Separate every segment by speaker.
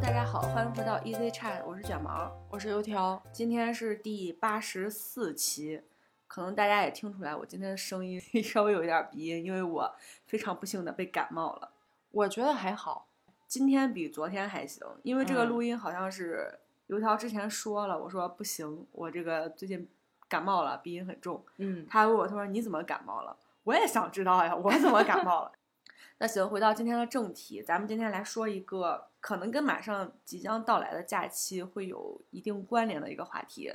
Speaker 1: 大家好，欢迎回到 Easy Chat，我是卷毛，我是油条，今天是第八十四期，可能大家也听出来，我今天的声音 稍微有一点鼻音，因为我非常不幸的被感冒了。
Speaker 2: 我觉得还好，
Speaker 1: 今天比昨天还行，因为这个
Speaker 2: 嗯
Speaker 1: 录音好像是油条之前说了，我说不行，我这个最近感冒了，鼻音很重。
Speaker 2: 嗯，
Speaker 1: 他还问我，他说你怎么感冒了？我也想知道呀，我怎么感冒了？ 那行，回到今天的正题，咱们今天来说一个可能跟马上即将到来的假期会有一定关联的一个话题，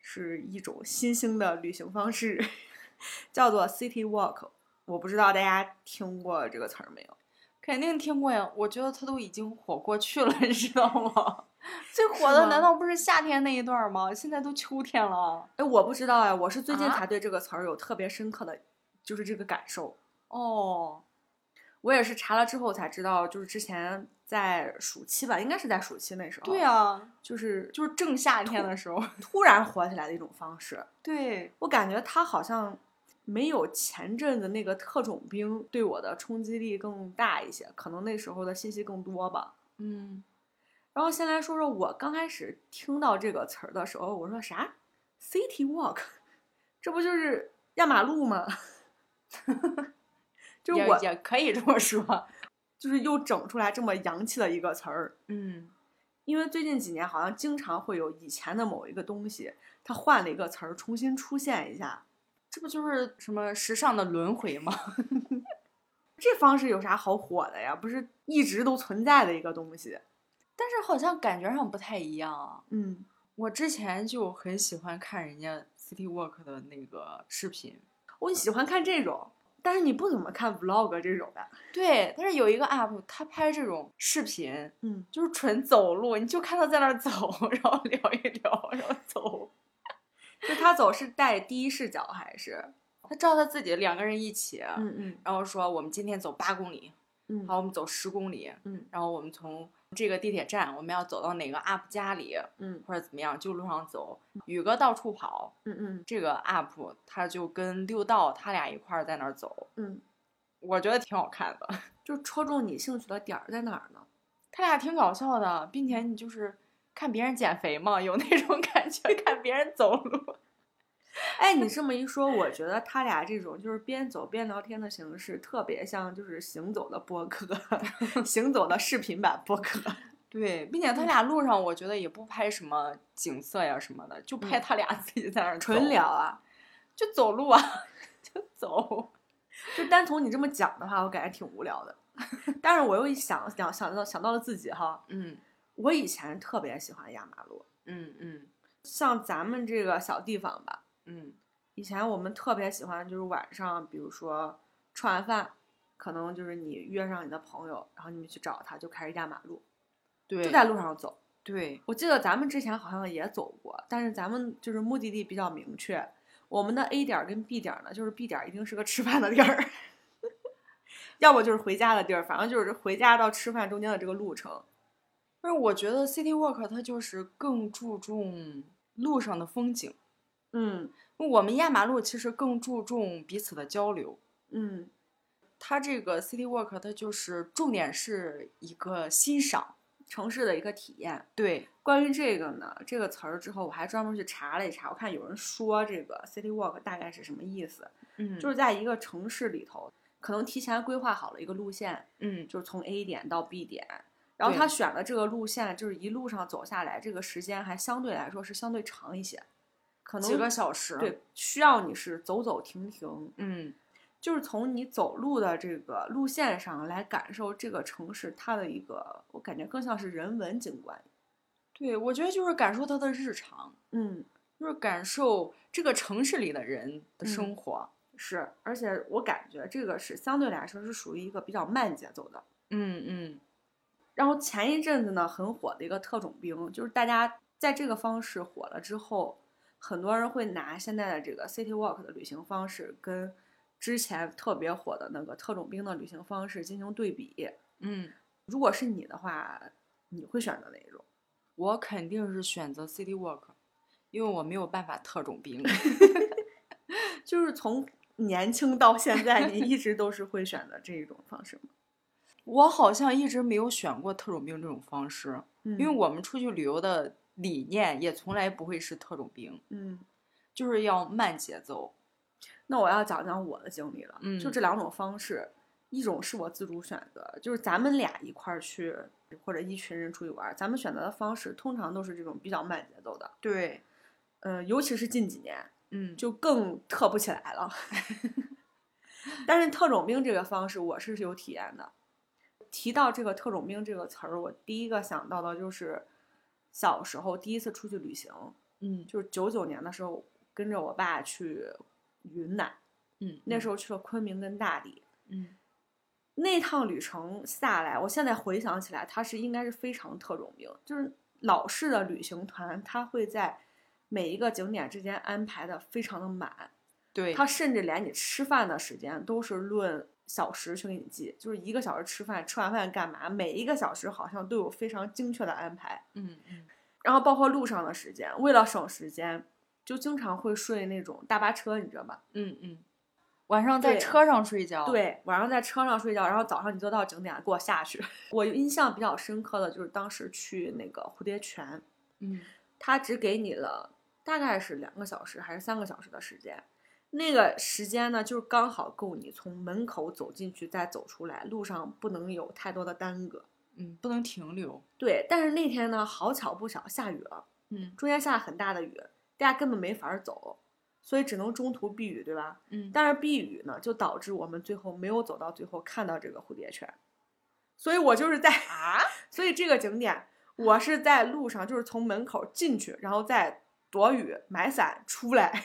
Speaker 1: 是一种新兴的旅行方式， 叫做 City Walk。我不知道大家听过这个词儿没有？
Speaker 2: 肯定听过呀。我觉得它都已经火过去了，你知道吗？ 最火
Speaker 1: 是
Speaker 2: 的
Speaker 1: 吗
Speaker 2: 难道不是夏天那一段吗？现在都秋天了。
Speaker 1: 哎，我不知道哎，我是最近
Speaker 2: 啊
Speaker 1: 才对这个词儿有特别深刻的，就是这个感受。
Speaker 2: 哦，
Speaker 1: 我也是查了之后才知道，就是之前在暑期吧，应该是在暑期那时候，
Speaker 2: 对啊，
Speaker 1: 就是就
Speaker 2: 就是正夏天的时候。
Speaker 1: 突然火起来的一种方式。
Speaker 2: 对，
Speaker 1: 我感觉它好像没有前阵子那个特种兵对我的冲击力更大一些，可能那时候的信息更多吧。
Speaker 2: 嗯，
Speaker 1: 然后先来说说我刚开始听到这个词儿的时候，我说啥？City Walk，这 不就是压马路吗？ 就是
Speaker 2: 也
Speaker 1: 我
Speaker 2: 也可以这么说。
Speaker 1: 就是又整出来这么洋气的一个词儿，
Speaker 2: 嗯，
Speaker 1: 因为最近几年好像经常会有以前的某一个东西，它换了一个词儿重新出现一下，
Speaker 2: 这不就是什么时尚的轮回吗？
Speaker 1: 这方式有啥好火的呀？不是一直都存在的一个东西。
Speaker 2: 但是好像感觉上不太一样啊。
Speaker 1: 嗯，
Speaker 2: 我之前就很喜欢看人家 City Walk 的那个视频，
Speaker 1: 我喜欢看这种，但是你不怎么看 vlog 这种的。
Speaker 2: 对，但是有一个 UP，他拍这种视频，
Speaker 1: 嗯，
Speaker 2: 就是纯走路，你就看他在那儿走， 然后聊一聊，然后走。
Speaker 1: 就他走是带第一视角还是？
Speaker 2: 他照他自己两个人一起，
Speaker 1: 嗯
Speaker 2: 然后说我们今天走八公里，
Speaker 1: 嗯
Speaker 2: 好，
Speaker 1: 好，
Speaker 2: 我们走十公里，
Speaker 1: 嗯
Speaker 2: 然后我们从这个地铁站我们要走到哪个 UP 家里，
Speaker 1: 嗯
Speaker 2: 或者怎么样，就路上走。宇哥到处跑，
Speaker 1: 嗯嗯
Speaker 2: 这个 UP 他就跟六道他俩一块儿在那儿走，
Speaker 1: 嗯，
Speaker 2: 我觉得挺好看的。
Speaker 1: 就戳中你兴趣的点儿在哪儿呢？
Speaker 2: 他俩挺搞笑的，并且你就是看别人减肥嘛，有那种 感觉，看别人走路。
Speaker 1: 哎，你这么一说，我觉得他俩这种就是边走边聊天的形式，特别像就是行走的播客， 行走的视频版播客。
Speaker 2: 对，并且他俩路上，我觉得也不拍什么景色呀什么的，就拍
Speaker 1: 嗯
Speaker 2: 他俩 自己在那儿走
Speaker 1: 纯聊，啊！
Speaker 2: 就走路啊，就走。
Speaker 1: 就单从你这么讲的话，我感觉挺无聊的。 但是我又一想想想到想到了自己哈，
Speaker 2: 嗯
Speaker 1: 我以前特别喜欢压马路，
Speaker 2: 嗯嗯
Speaker 1: 像咱们这个小地方吧，
Speaker 2: 嗯
Speaker 1: 以前我们特别喜欢就是晚上，比如说吃完饭，可能就是你约上你的朋友，然后你们去找他，就开始压马路，
Speaker 2: 对，
Speaker 1: 就在路上走。
Speaker 2: 对，
Speaker 1: 我记得咱们之前好像也走过，但是咱们就是目的地比较明确。我们的 A 点儿跟 B 点儿呢，就是 B 点儿一定是个吃饭的地儿， 要不就是回家的地儿，反正就是回家到吃饭中间的这个路程。
Speaker 2: 但是我觉得 City Walk 它就是更注重路上的风景，
Speaker 1: 嗯
Speaker 2: 我们压马路其实更注重彼此的交流。
Speaker 1: 嗯
Speaker 2: 它这个 City Walk 它就是重点是一个欣赏，
Speaker 1: 城市的一个体验。
Speaker 2: 对，
Speaker 1: 关于这个呢，这个词儿之后，我还专门去查了一查，我看有人说这个 city walk 大概是什么意思，
Speaker 2: 嗯
Speaker 1: 就是在一个城市里头，可能提前规划好了一个路线，
Speaker 2: 嗯
Speaker 1: 就是从 A 点到 B 点，然后
Speaker 2: 对
Speaker 1: 他选的这个路线就是一路上走下来，这个时间还相对来说是相对长一些，可能
Speaker 2: 几个小时，，
Speaker 1: 对，需要你是走走停停，
Speaker 2: 嗯
Speaker 1: 就是从你走路的这个路线上来感受这个城市它的一个，我感觉更像是人文景观。
Speaker 2: 对，我觉得就是感受它的日常，
Speaker 1: 嗯，
Speaker 2: 就是感受这个城市里的人的生活，
Speaker 1: 是，而且我感觉这个是相对来说是属于一个比较慢节奏的。
Speaker 2: 嗯嗯
Speaker 1: 然后前一阵子呢，很火的一个特种兵，就是大家在这个方式火了之后，很多人会拿现在的这个 City Walk 的旅行方式跟之前特别火的那个特种兵的旅行方式进行对比。
Speaker 2: 嗯，
Speaker 1: 如果是你的话，你会选择哪一种？
Speaker 2: 我肯定是选择 City Walk，因为我没有办法特种 兵，
Speaker 1: 就是从年轻到现在，你一直都是会选择这一种方式吗？
Speaker 2: 我好像一直没有选过特种兵这种方式，
Speaker 1: 因
Speaker 2: 因为我们出去旅游的理念也从来不会是特种兵，
Speaker 1: 嗯，
Speaker 2: 就是要慢节奏。
Speaker 1: 那我要讲讲我的经历了。
Speaker 2: 嗯
Speaker 1: 就这两种方式，一种是我自主选择，就是咱们俩一块儿去，或者一群人出去玩儿，咱们选择的方式通常都是这种比较慢节奏的。
Speaker 2: 对，
Speaker 1: 嗯、尤其是近几年，
Speaker 2: 嗯，
Speaker 1: 就更特不起来了。 但是特种兵这个方式我是有体验的。提到这个特种兵这个词儿，我第一个想到的就是小时候第一次出去旅行，
Speaker 2: 嗯
Speaker 1: 就是九九年的时候跟着我爸去云南，
Speaker 2: 嗯，
Speaker 1: 那时
Speaker 2: 候
Speaker 1: 候去了昆明跟大理。
Speaker 2: 嗯
Speaker 1: 那趟旅程下来，我现在回想起来，它是应该是非常特种兵，就是老式的旅行团，它会在每一个景点之间安排的非常的满，
Speaker 2: 对，
Speaker 1: 它甚至连你吃饭的时间都是论小时去给你记，就是一个小时吃饭，吃完饭干嘛，每一个小时好像都有非常精确的安排，
Speaker 2: 嗯嗯
Speaker 1: 然后包括路上的时间，为了省时间，就经常会睡那种大巴车，你知道吧？
Speaker 2: 嗯嗯，晚上在
Speaker 1: 对
Speaker 2: 车上睡觉。，
Speaker 1: 对，晚上在车上睡觉，然后早上你就到景点给我下去。 我印象比较深刻的就是当时去那个蝴蝶泉，
Speaker 2: 嗯
Speaker 1: 它只给你了大概是两个小时还是三个小时的时间。那个时间呢，就是刚好够你从门口走进去再走出来，路上不能有太多的耽搁。
Speaker 2: 嗯，不能停留。
Speaker 1: 对，但是那天呢，好巧不巧下雨了，
Speaker 2: 嗯
Speaker 1: 中间下很大的雨，大家根本没法儿走，所以只能中途避雨，对吧？
Speaker 2: 嗯，
Speaker 1: 但是避雨呢，就导致我们最后没有走到最后看到这个蝴蝶泉，所以我就是在，
Speaker 2: 啊，
Speaker 1: 所以这个景点我是在路上，就是从门口进去，然后再躲雨、买伞出来，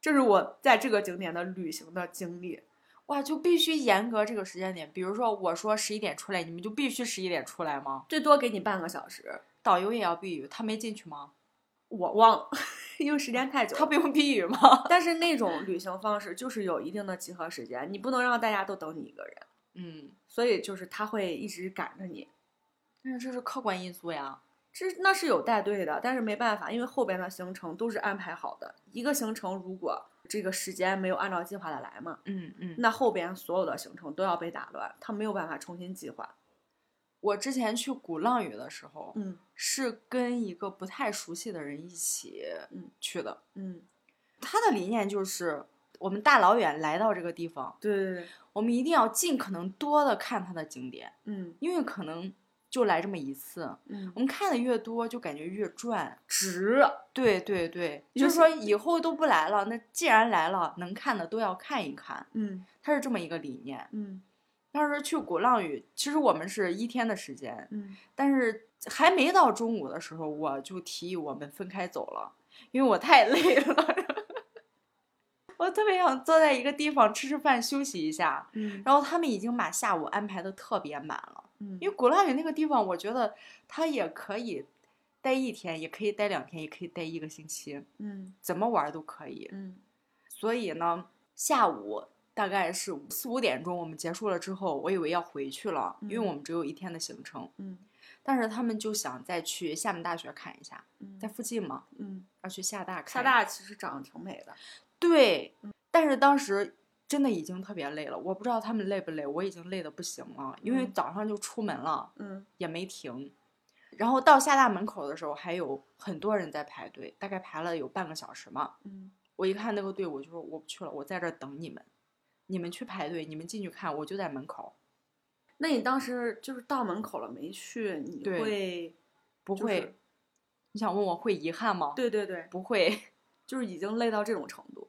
Speaker 1: 这是我在这个景点的旅行的经历。
Speaker 2: 哇，就必须严格这个时间点。比如说，我说十一点出来，你们就必须十一点出来吗？
Speaker 1: 最多给你半个小时，
Speaker 2: 导游也要避雨，他没进去吗？
Speaker 1: 我忘了， 因为时间太久
Speaker 2: 他
Speaker 1: 了。
Speaker 2: 不用避雨吗？
Speaker 1: 但是那种旅行方式就是有一定的集合时间，你不能让大家都等你一个人，
Speaker 2: 嗯，
Speaker 1: 所以就是他会一直赶着你。
Speaker 2: 但是这是客观因素呀。
Speaker 1: 这那是有带队的，但是没办法，因为后边的行程都是安排好的。一个行程如果这个时间没有按照计划的来嘛，
Speaker 2: 嗯嗯
Speaker 1: 那后边所有的行程都要被打乱，他没有办法重新计划。
Speaker 2: 我之前去鼓浪屿的时候，
Speaker 1: 嗯
Speaker 2: 是跟一个不太熟悉的人一起
Speaker 1: 嗯
Speaker 2: 去的。
Speaker 1: 嗯，
Speaker 2: 他的理念就是，我们大老远来到这个地方，
Speaker 1: 对对对，
Speaker 2: 我们一定要尽可能多的看它的景点，
Speaker 1: 嗯
Speaker 2: 因为可能就来这么一次。
Speaker 1: 嗯
Speaker 2: 我，们看的越多，就感觉越赚。
Speaker 1: 值。
Speaker 2: 对对对，
Speaker 1: 尤
Speaker 2: 就是说以后都不来了，那既然来了，能看的都要看一看，
Speaker 1: 嗯
Speaker 2: 他是这么一个理念。
Speaker 1: 嗯
Speaker 2: 当时去鼓浪屿，其实我们是一天的时间，
Speaker 1: 嗯
Speaker 2: 但是还没到中午的时候，我就提议我们分开走了，因为我太累了， 我特别想坐在一个地方吃吃饭休息一下。
Speaker 1: 嗯
Speaker 2: 然后他们已经把下午安排的特别满了，
Speaker 1: 嗯，
Speaker 2: 因为鼓浪屿那个地方，我觉得它也可以待一天，也可以待两天，也可以待一个星期，
Speaker 1: 嗯
Speaker 2: 怎么玩儿都可以。
Speaker 1: 嗯
Speaker 2: 所以呢，下午大概是四五点钟我们结束了之后，我以为要回去了，因为
Speaker 1: 嗯
Speaker 2: 我们只有一天的行程。
Speaker 1: 嗯
Speaker 2: 但是他们就想再去厦门大学看一下，在
Speaker 1: 嗯
Speaker 2: 附近嘛，
Speaker 1: 嗯，
Speaker 2: 要去厦大看。
Speaker 1: 厦大嗯其实长得挺美的。
Speaker 2: 对，但是当时真的已经特别累了，我不知道他们累不累，我已经累得不行了，因为
Speaker 1: 嗯
Speaker 2: 早上就出门了，
Speaker 1: 嗯
Speaker 2: 也没停。然后到厦大门口的时候，还有很多人在排队，大概排了有半个小时嘛。
Speaker 1: 嗯
Speaker 2: 我一看那个队伍，就说我不去了，我在这儿等你们，你们去排队，你们进去看，我就在门口。
Speaker 1: 那你当时就是到门口了没去，你
Speaker 2: 对
Speaker 1: 会
Speaker 2: 不
Speaker 1: 就是
Speaker 2: 会，你想问我会遗憾吗？
Speaker 1: 对对对，
Speaker 2: 不会。
Speaker 1: 就是已经累到这种程度。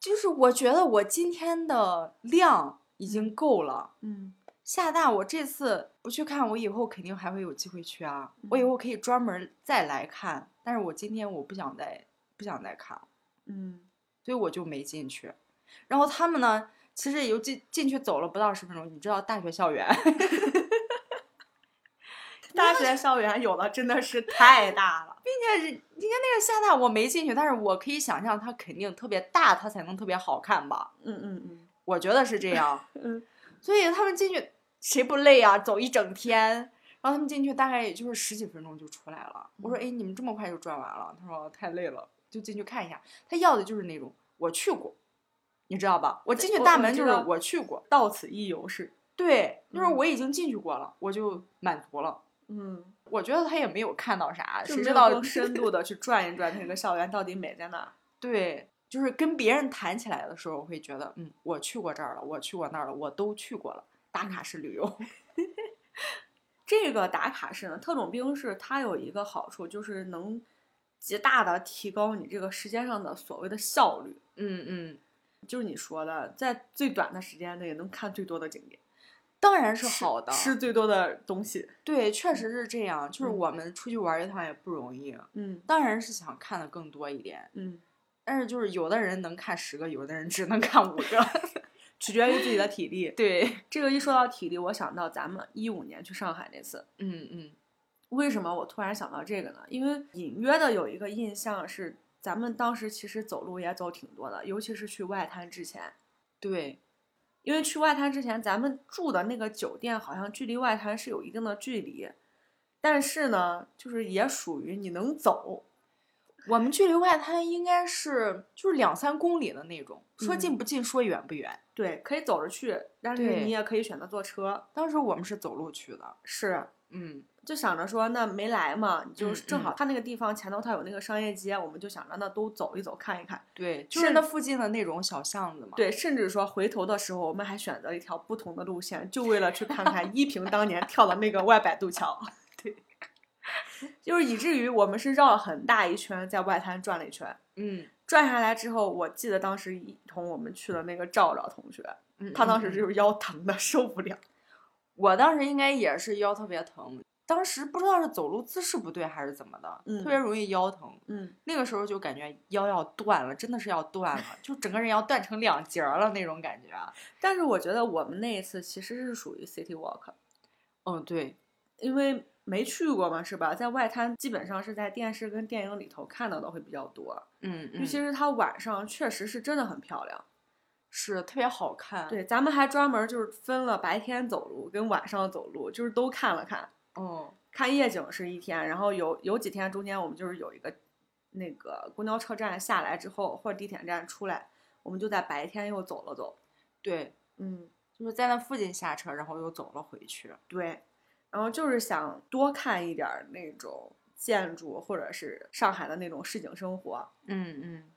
Speaker 2: 就是我觉得我今天的量已经够了。
Speaker 1: 嗯
Speaker 2: 厦大，我这次不去看，我以后肯定还会有机会去啊。我以
Speaker 1: 嗯
Speaker 2: 后可以专门儿再来看，但是我今天我不想再不想再看了，
Speaker 1: 嗯。
Speaker 2: 所以我就没进去。然后他们呢，其实也就进进去走了不到十分钟，你知道大学校园
Speaker 1: 大学校园有的真的是太大了。
Speaker 2: 应该是应该那个厦大我没进去，但是我可以想象它肯定特别大，它才能特别好看吧？
Speaker 1: 嗯嗯
Speaker 2: 我觉得是这样。
Speaker 1: 嗯嗯
Speaker 2: 所以他们进去谁不累啊？走一整天，然后他们进去大概也就是十几分钟就出来了。我说：“
Speaker 1: 嗯
Speaker 2: 哎，你们这么快就转完了？”他说：“太累了，就进去看一下。”他要的就是那种我去过，你知道吧？我进去
Speaker 1: 我
Speaker 2: 大
Speaker 1: 我
Speaker 2: 门
Speaker 1: 知
Speaker 2: 就是
Speaker 1: 道
Speaker 2: 我去过，
Speaker 1: 到此一游是
Speaker 2: 对，就是
Speaker 1: 嗯
Speaker 2: 我已经进去过了，我就满足了。
Speaker 1: 嗯，
Speaker 2: 我觉得他也没有看到啥，
Speaker 1: 就
Speaker 2: 谁
Speaker 1: 没
Speaker 2: 知
Speaker 1: 有
Speaker 2: 道
Speaker 1: 更深度的去转一转那个校园到底美在哪儿？
Speaker 2: 对，就是跟别人谈起来的时候，我会觉得，嗯，我去过这儿了，我去过那儿了，我都去过了，打卡式旅游。
Speaker 1: 这个打卡式呢，特种兵式它有一个好处，就是能极大的提高你这个时间上的所谓的效率，
Speaker 2: 嗯嗯，
Speaker 1: 就是你说的，在最短的时间内能看最多的景点，
Speaker 2: 当然是
Speaker 1: 吃
Speaker 2: 好的，
Speaker 1: 吃最多的东西。
Speaker 2: 对，确实是这样。就是
Speaker 1: 嗯
Speaker 2: 我们出去玩一趟也不容易，
Speaker 1: 嗯
Speaker 2: 当然是想看的更多一点，
Speaker 1: 嗯，
Speaker 2: 但是就是有的人能看十个，有的人只能看五个。
Speaker 1: 取决于自己的体力。
Speaker 2: 对，
Speaker 1: 这个一说到体力，我想到咱们一五年去上海那次。
Speaker 2: 嗯嗯，
Speaker 1: 为什么我突然想到这个呢？因为隐约的有一个印象是，咱们当时其实走路也走挺多的，尤其是去外滩之前。
Speaker 2: 对，
Speaker 1: 因为去外滩之前，咱们住的那个酒店好像距离外滩是有一定的距离，但是呢，就是也属于你能走。
Speaker 2: 我们距离外滩应该是就是两三公里的那种，说
Speaker 1: 嗯
Speaker 2: 近不近，说远不远。
Speaker 1: 对，可以走着去，但是
Speaker 2: 对
Speaker 1: 你也可以选择坐车。
Speaker 2: 当时我们是走路去的，
Speaker 1: 是，
Speaker 2: 嗯，
Speaker 1: 就想着说，那没来嘛，你就
Speaker 2: 嗯
Speaker 1: 是正好
Speaker 2: 嗯
Speaker 1: 他那个地方前头他有那个商业街，我们就想着那都走一走看一看。
Speaker 2: 对，就是
Speaker 1: 是
Speaker 2: 那附近的那种小巷子嘛。
Speaker 1: 对，甚至说回头的时候，我们还选择一条不同的路线，就为了去看看依萍当年跳的那个外摆渡桥。 对，就是以至于我们是绕了很大一圈，在外滩转了一圈。
Speaker 2: 嗯，
Speaker 1: 转下来之后，我记得当时一同我们去的那个赵赵同学，
Speaker 2: 嗯，
Speaker 1: 他当
Speaker 2: 嗯
Speaker 1: 时
Speaker 2: 嗯
Speaker 1: 就是腰疼的受不了。
Speaker 2: 我当时应该也是腰特别疼，当时不知道是走路姿势不对还是怎么的，
Speaker 1: 嗯
Speaker 2: 特别容易腰疼。
Speaker 1: 嗯，
Speaker 2: 那个时候就感觉腰要断了，真的是要断了，就整个人要断成两截儿了那种感觉。啊
Speaker 1: 但是我觉得我们那一次其实是属于 city walk，
Speaker 2: 嗯，对，
Speaker 1: 因为没去过嘛，是吧？在外滩基本上是在电视跟电影里头看到的会比较多，
Speaker 2: 嗯
Speaker 1: 尤其
Speaker 2: 嗯
Speaker 1: 是它晚上确实是真的很漂亮。
Speaker 2: 是特别好看。，
Speaker 1: 对，咱们还专门就是分了白天走路跟晚上走路，就是都看了看，
Speaker 2: 嗯
Speaker 1: 看夜景是一天，然后有有几天中间我们就是有一个那个公交车站下来之后，或者地铁站出来，我们就在白天又走了走。
Speaker 2: 对，
Speaker 1: 嗯，
Speaker 2: 就是在那附近下车，然后又走了回去。
Speaker 1: 对，然后就是想多看一点儿那种建筑或者是上海的那种市井生活。
Speaker 2: 嗯嗯。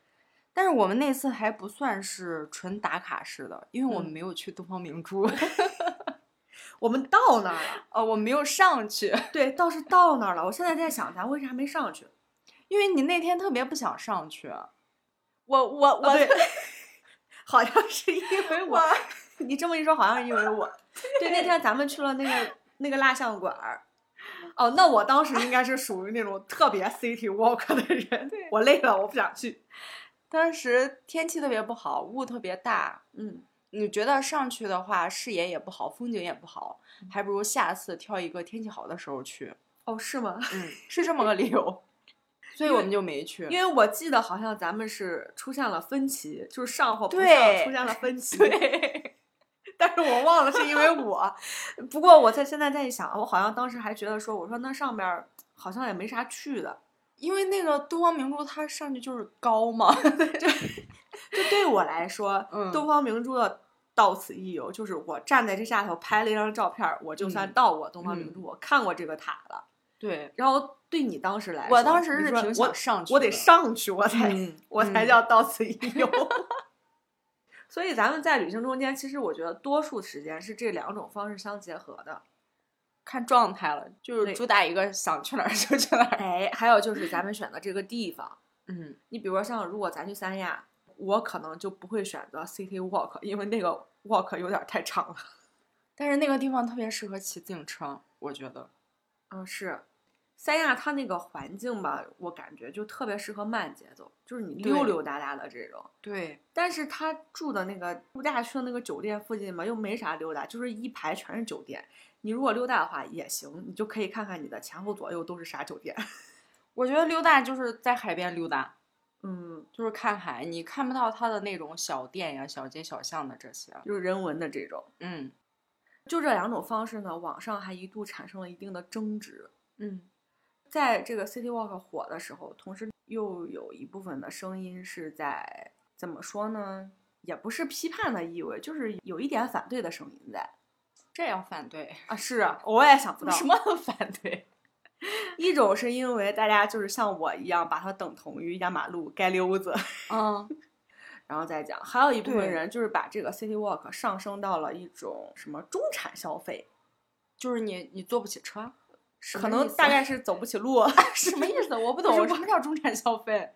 Speaker 2: 但是我们那次还不算是纯打卡式的，因为我
Speaker 1: 嗯
Speaker 2: 们没有去东方明珠，
Speaker 1: 我们到那儿了，
Speaker 2: 呃，我没有上去，
Speaker 1: 对，倒是到那儿了。我现在在想，咱为啥没上去？
Speaker 2: 因为你那天特别不想上去。啊我我我、
Speaker 1: 啊对 好像是因为我
Speaker 2: 我，
Speaker 1: 你这么一说，好像是因为 我。对，那天咱们去了那个那个蜡像馆 儿。哦，那我当时应该是属于那种特别 city walk 的人
Speaker 2: 对。
Speaker 1: 我累了，我不想去。
Speaker 2: 当时天气特别不好，雾特别大，
Speaker 1: 嗯，
Speaker 2: 你觉得上去的话视野也不好，风景也不好，
Speaker 1: 嗯
Speaker 2: 还不如下次挑一个天气好的时候去。
Speaker 1: 哦，是吗？
Speaker 2: 嗯，是这么个理由， 所以
Speaker 1: 因
Speaker 2: 我
Speaker 1: 为
Speaker 2: 们就没去。
Speaker 1: 因为我记得好像咱们是出现了分歧，就是上或不上
Speaker 2: 对
Speaker 1: 出现了分歧。
Speaker 2: 对，
Speaker 1: 但是我忘了是因为我。不过我在现在再一想，我好像当时还觉得说，我说那上边儿好像也没啥去的。
Speaker 2: 因为那个东方明珠它上去就是高嘛。
Speaker 1: 就对我来说，
Speaker 2: 嗯
Speaker 1: 东方明珠的到此一游，就是我站在这下头拍了一张照片儿，我就算
Speaker 2: 嗯
Speaker 1: 到我东方
Speaker 2: 嗯
Speaker 1: 明珠，我看过这个塔了。
Speaker 2: 对，
Speaker 1: 然后对你当时来说，
Speaker 2: 我当时
Speaker 1: 你
Speaker 2: 是
Speaker 1: 说
Speaker 2: 挺想
Speaker 1: 我
Speaker 2: 上去
Speaker 1: 我得
Speaker 2: 的
Speaker 1: 上去，我才、
Speaker 2: 嗯
Speaker 1: 我才
Speaker 2: 嗯
Speaker 1: 叫到此一游。 所以咱们在旅行中间，其实我觉得多数时间是这两种方式相结合的。
Speaker 2: 看状态了，就是
Speaker 1: 对
Speaker 2: 主打一个想去哪儿就去哪儿。
Speaker 1: 哎，还有就是咱们选的这个地方，
Speaker 2: 嗯，
Speaker 1: 你比如说像如果咱去三亚，我可能就不会选择 City Walk，因为那个 Walk 有点儿太长了。
Speaker 2: 但是那个地方特别适合骑自行车，我觉得。
Speaker 1: 嗯，是，三亚它那个环境吧，我感觉就特别适合慢节奏，就是你
Speaker 2: 对
Speaker 1: 溜溜达达的这种。
Speaker 2: 对，
Speaker 1: 但是他住的那个度假区的那个酒店附近嘛，又没啥溜达，就是一排全是酒店。你如果溜达的话也行，你就可以看看你的前后左右都是啥酒店。
Speaker 2: 我觉得溜达就是在海边溜达，
Speaker 1: 嗯，
Speaker 2: 就是看海，你看不到它的那种小店呀、小街小巷的这些。
Speaker 1: 就是人文的这种。
Speaker 2: 嗯
Speaker 1: 就这两种方式呢，网上还一度产生了一定的争执。
Speaker 2: 嗯，
Speaker 1: 在这个 City Walk 火的时候，同时又有一部分的声音是在怎么说呢？也不是批判的意味，就是有一点反对的声音在。
Speaker 2: 这要反对？
Speaker 1: 啊，是啊我也想不到。
Speaker 2: 什么反对？
Speaker 1: 一种是因为大家就是像我一样，把它等同于压马路、街溜子，
Speaker 2: 嗯，
Speaker 1: 然后再讲。还有一部
Speaker 2: 对
Speaker 1: 分人就是把这个 City Walk 上升到了一种什么中产消费，
Speaker 2: 就是你你坐不起 车，什
Speaker 1: 可
Speaker 2: 么
Speaker 1: 能
Speaker 2: 意思
Speaker 1: 大概是走不起路。
Speaker 2: 什么意思？我不
Speaker 1: 就
Speaker 2: 懂
Speaker 1: 是
Speaker 2: 什么叫中产消费。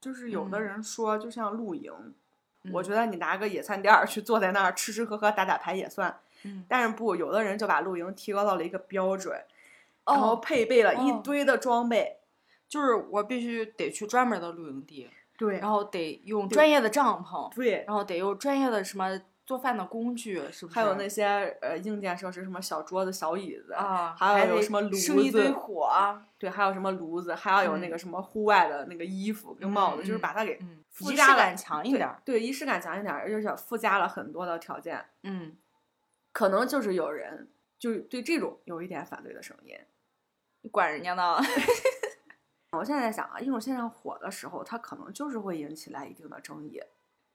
Speaker 1: 就是有的
Speaker 2: 嗯
Speaker 1: 人说，就像露营，我觉
Speaker 2: 得，
Speaker 1: 得你拿个野餐垫儿去坐在那儿吃吃喝喝打打牌也算，
Speaker 2: 嗯，
Speaker 1: 但是不，有的人就把露营提高到了一个标准，然后
Speaker 2: 哦，
Speaker 1: 配备了一
Speaker 2: 哦
Speaker 1: 堆的装备。
Speaker 2: 就是我必须得去专门的露营地，
Speaker 1: 对
Speaker 2: 然后得用
Speaker 1: 对
Speaker 2: 专业的帐篷，
Speaker 1: 对，
Speaker 2: 然后得用专业的什么做饭的工具，是不是？
Speaker 1: 还有那些呃硬件设施，什么小桌子、小椅子，
Speaker 2: 啊，
Speaker 1: 还有
Speaker 2: 得
Speaker 1: 什么炉
Speaker 2: 生一堆
Speaker 1: 子
Speaker 2: 火，
Speaker 1: 对，还有什么炉子，还要有那
Speaker 2: 嗯
Speaker 1: 个什么户外的那个衣服跟帽子，就是把它给
Speaker 2: 嗯，
Speaker 1: 附
Speaker 2: 仪式
Speaker 1: 加了
Speaker 2: 感强一点儿。
Speaker 1: 啊对仪式感强一点儿，就是附加了很多的条件，
Speaker 2: 嗯，
Speaker 1: 可能就是有人就是对这种有一点反对的声音。
Speaker 2: 你管人家呢？
Speaker 1: 我现在在想啊，一种现象火的时候，它可能就是会引起来一定的争议。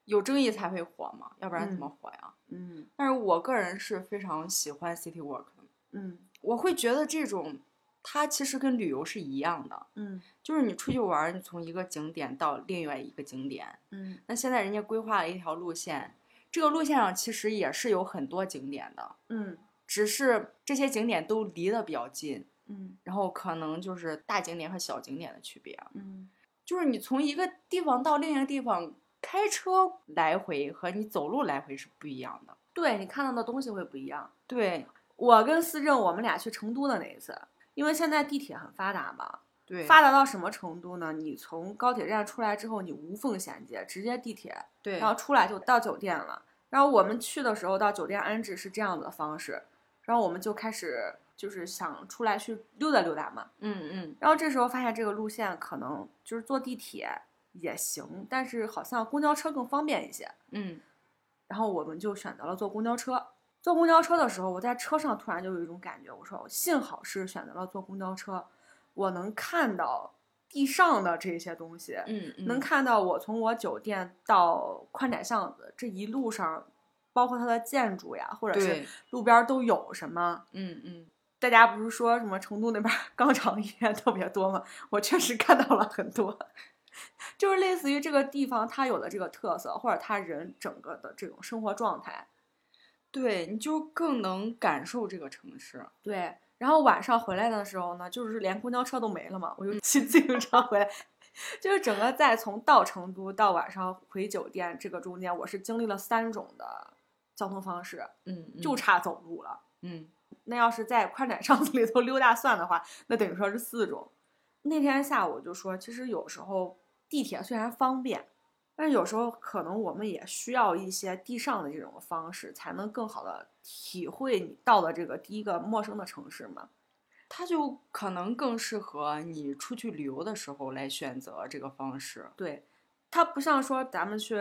Speaker 2: 有争议才会火嘛，要不然怎
Speaker 1: 嗯
Speaker 2: 么火呀？
Speaker 1: 嗯
Speaker 2: 但是我个人是非常喜欢 city walk 的，
Speaker 1: 嗯
Speaker 2: 我会觉得这种它其实跟旅游是一样的，
Speaker 1: 嗯
Speaker 2: 就是你出去玩儿，你从一个景点到另外一个景点，
Speaker 1: 嗯
Speaker 2: 那现在人家规划了一条路线，这个路线上其实也是有很多景点的，
Speaker 1: 嗯
Speaker 2: 只是这些景点都离得比较近，
Speaker 1: 嗯
Speaker 2: 然后可能就是大景点和小景点的区别。啊
Speaker 1: 嗯
Speaker 2: 就是你从一个地方到另一个地方开车来回和你走路来回是不一样的。
Speaker 1: 对你看到的东西会不一样。
Speaker 2: 对
Speaker 1: 我跟思政，我们俩去成都的那一次，因为现在地铁很发达嘛，
Speaker 2: 对
Speaker 1: 发达到什么程度呢？你从高铁站出来之后，你无缝衔接，直接地铁，
Speaker 2: 对
Speaker 1: 然后出来就到酒店了。然后我们去的时候到酒店安置是这样的方式，然后我们就开始就是想出来去溜达溜达嘛。
Speaker 2: 嗯嗯
Speaker 1: 然后这时候发现这个路线可能就是坐地铁也行，但是好像公交车更方便一些。
Speaker 2: 嗯，
Speaker 1: 然后我们就选择了坐公交车。坐公交车的时候，我在车上突然就有一种感觉，我说幸好是选择了坐公交车，我能看到地上的这些东西，
Speaker 2: 嗯嗯
Speaker 1: 能看到我从我酒店到宽窄巷子这一路上，包括它的建筑呀，或者是
Speaker 2: 对
Speaker 1: 路边儿都有什么。
Speaker 2: 嗯嗯
Speaker 1: 大家不是说什么成都那边儿 肛肠医院特别多吗？我确实看到了很多， 就是类似于这个地方它有的这个特色，或者它人整个的这种生活状态。
Speaker 2: 对，你就更能感受这个城市。
Speaker 1: 对，然后晚上回来的时候呢，就是连公交车都没了嘛，我就 骑自行车回来，就是整个在从到成都到晚上回酒店这个中间，我是经历了三种的交通方式，
Speaker 2: 嗯
Speaker 1: 就差走路了。
Speaker 2: 嗯
Speaker 1: 那要是在宽窄巷子里头溜达算的话，那等于说是四种。那天下午就说，其实有时候地铁虽然方便，但是有时候可能我们也需要一些地上的这种方式，才能更好的体会你到的这个第一个陌生的城市嘛。
Speaker 2: 它就可能更适合你出去旅游的时候来选择这个方式。
Speaker 1: 对，它不像说咱们去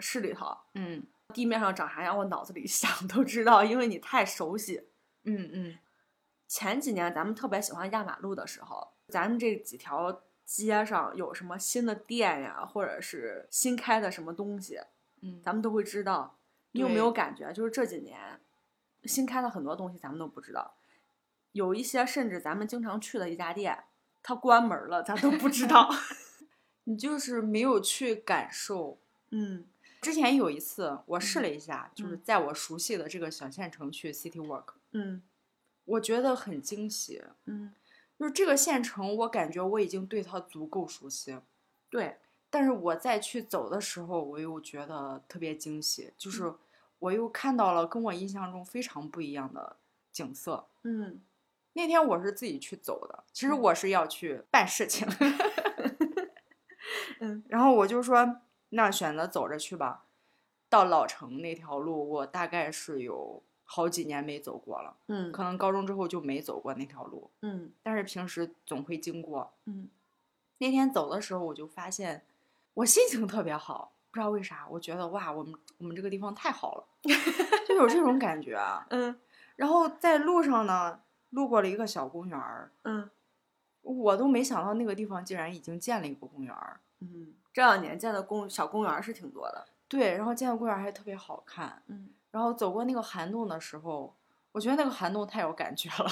Speaker 1: 市里头，
Speaker 2: 嗯
Speaker 1: 地面上长啥样，我脑子里 想都知道，因为你太熟悉。
Speaker 2: 嗯嗯，
Speaker 1: 前几年咱们特别喜欢压马路的时候，咱们这几条街上有什么新的店呀，或者是新开的什么东西，
Speaker 2: 嗯
Speaker 1: 咱们都会知道。你有没有
Speaker 2: 对
Speaker 1: 感觉，就是这几年新开了很多东西，咱们都不知道。有一些甚至咱们经常去的一家店，它关门了，咱都不知道。
Speaker 2: 你就是没有去感受。
Speaker 1: 嗯
Speaker 2: 之前有一次我试了一下，就是
Speaker 1: 嗯
Speaker 2: 在我熟悉的这个小县城去 City Walk，
Speaker 1: 嗯
Speaker 2: 我觉得很惊喜。
Speaker 1: 嗯，
Speaker 2: 就是这个县城，我感觉我已经对它足够熟悉，
Speaker 1: 对，
Speaker 2: 但是我再去走的时候，我又觉得特别惊喜，
Speaker 1: 嗯
Speaker 2: 就是我又看到了跟我印象中非常不一样的景色。
Speaker 1: 嗯
Speaker 2: 那天我是自己去走的，其实
Speaker 1: 嗯
Speaker 2: 我是要去办事情，
Speaker 1: 嗯
Speaker 2: 然后我就说那选择走着去吧。到老城那条路，我大概是有好几年没走过了，
Speaker 1: 嗯
Speaker 2: 可能高中之后就没走过那条路，
Speaker 1: 嗯
Speaker 2: 但是平时总会经过。
Speaker 1: 嗯
Speaker 2: 那天走的时候，我就发现我心情特别好，不知道为啥，我觉得哇，我们我们这个地方太好了，就有这种感觉啊。
Speaker 1: 嗯
Speaker 2: 然后在路上呢，路过了一个小公园儿，
Speaker 1: 嗯
Speaker 2: 我都没想到那个地方竟然已经建了一个公园儿。
Speaker 1: 嗯，这两年建的公小公园儿是挺多的。
Speaker 2: 对，然后建的公园儿还特别好看。
Speaker 1: 嗯
Speaker 2: 然后走过那个涵洞的时候，我觉得那个寒冬太有感觉了。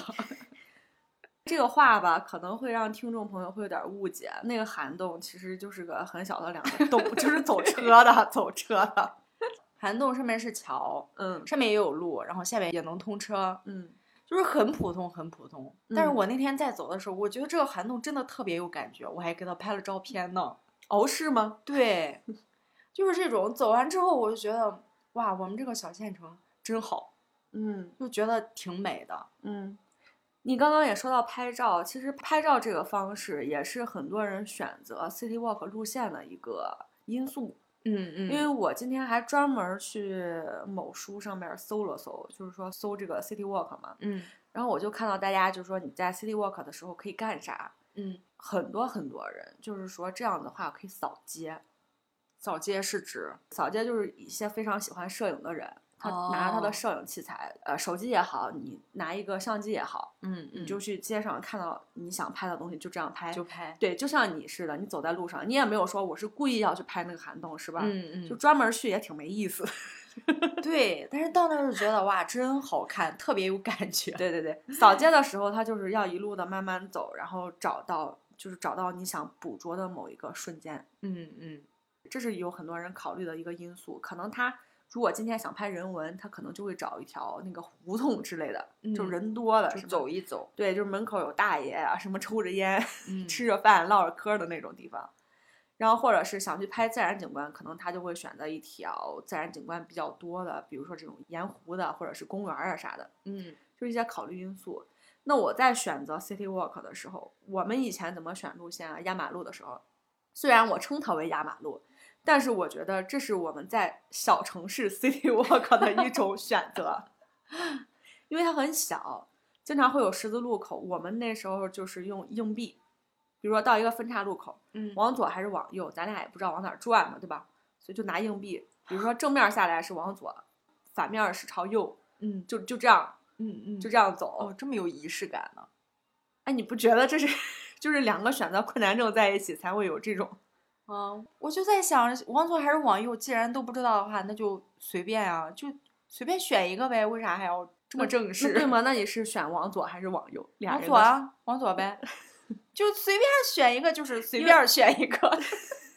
Speaker 1: 这个话吧，可能会让听众朋友会有点误解。那个涵洞其实就是个很小的两个洞，就是走车的， 走车的。
Speaker 2: 涵洞上面是桥，
Speaker 1: 嗯
Speaker 2: 上面也有路，然后下面也能通车，
Speaker 1: 嗯，
Speaker 2: 就是很普通，很普通。但是
Speaker 1: 嗯
Speaker 2: 我那天在走的时候，我觉得这个涵洞真的特别有感觉，我还给他拍了照片呢。
Speaker 1: 哦，是吗？
Speaker 2: 对， 就是这种走完之后，我就觉得哇，我们这个小县城真好，
Speaker 1: 嗯
Speaker 2: 就觉得挺美的。
Speaker 1: 嗯。你刚刚也说到拍照，其实拍照这个方式也是很多人选择 city walk 路线的一个因素。
Speaker 2: 嗯嗯
Speaker 1: 因为我今天还专门去某书上面搜了搜，就是说搜这个 city walk 嘛，
Speaker 2: 嗯
Speaker 1: 然后我就看到大家就说你在 city walk 的时候可以干啥，
Speaker 2: 嗯，
Speaker 1: 很多很多人就是说这样的话可以扫街，
Speaker 2: 扫街是指
Speaker 1: 扫街就是一些非常喜欢摄影的人，他拿着他
Speaker 2: 哦
Speaker 1: 的摄影器材，呃，手机也好，你拿一个相机也好，
Speaker 2: 嗯
Speaker 1: 你
Speaker 2: 嗯，
Speaker 1: 就去街上看到你想拍的东西就这样拍，
Speaker 2: 就拍，
Speaker 1: 对，就像你似的，你走在路上，你也没有说我是故意要去拍那个涵洞，是吧？
Speaker 2: 嗯
Speaker 1: 就专门去也挺没意思。
Speaker 2: 对，但是到那儿就觉得哇，真好看，特别有感觉。
Speaker 1: 对对对，扫街的时候，他就是要一路的慢慢走，然后找到就是找到你想捕捉的某一个瞬间。
Speaker 2: 嗯嗯
Speaker 1: 这是有很多人考虑的一个因素。可能他如果今天想拍人文，他可能就会找一条那个胡同之类的，就
Speaker 2: 嗯
Speaker 1: 人多的，
Speaker 2: 就是
Speaker 1: 吧
Speaker 2: 走一走，
Speaker 1: 对，就是门口有大爷啊，什么抽着烟、
Speaker 2: 嗯
Speaker 1: 吃着饭、唠着嗑的那种地方。然后或者是想去拍自然景观，可能他就会选择一条自然景观比较多的，比如说这种盐湖的，或者是公园儿啊啥的，
Speaker 2: 嗯
Speaker 1: 就是一些考虑因素。那我在选择 City Walk 的时候，我们以前怎么选路线啊？压马路的时候，虽然我称它为压马路，但是我觉得这是我们在小城市 City Walk 的一种选择， 因为它很小，经常会有十字路口。我们那时候就是用硬币，比如说到一个分岔路口，
Speaker 2: 嗯
Speaker 1: 往左还是往右，咱俩也不知道往哪儿转嘛，对吧？所以就拿硬币，比如说正面下来是往左，反面是朝右，
Speaker 2: 嗯
Speaker 1: 就就这样
Speaker 2: 嗯嗯，
Speaker 1: 就
Speaker 2: 就
Speaker 1: 这样走。
Speaker 2: 哦，这么有仪式感呢。
Speaker 1: 哎，你不觉得这是 就是两个选择困难症在一起才会有这种？
Speaker 2: 啊，我就在想，往左还是往右？既然都不知道的话，那就随便啊，就随便选一个呗。为啥还要这么正式？
Speaker 1: 那 对吗？那你是选往左还是嗯往右？俩
Speaker 2: 往
Speaker 1: 人
Speaker 2: 左
Speaker 1: 都是
Speaker 2: 啊， 往左呗，就随便选一个，就是随
Speaker 1: 因为
Speaker 2: 便选一个。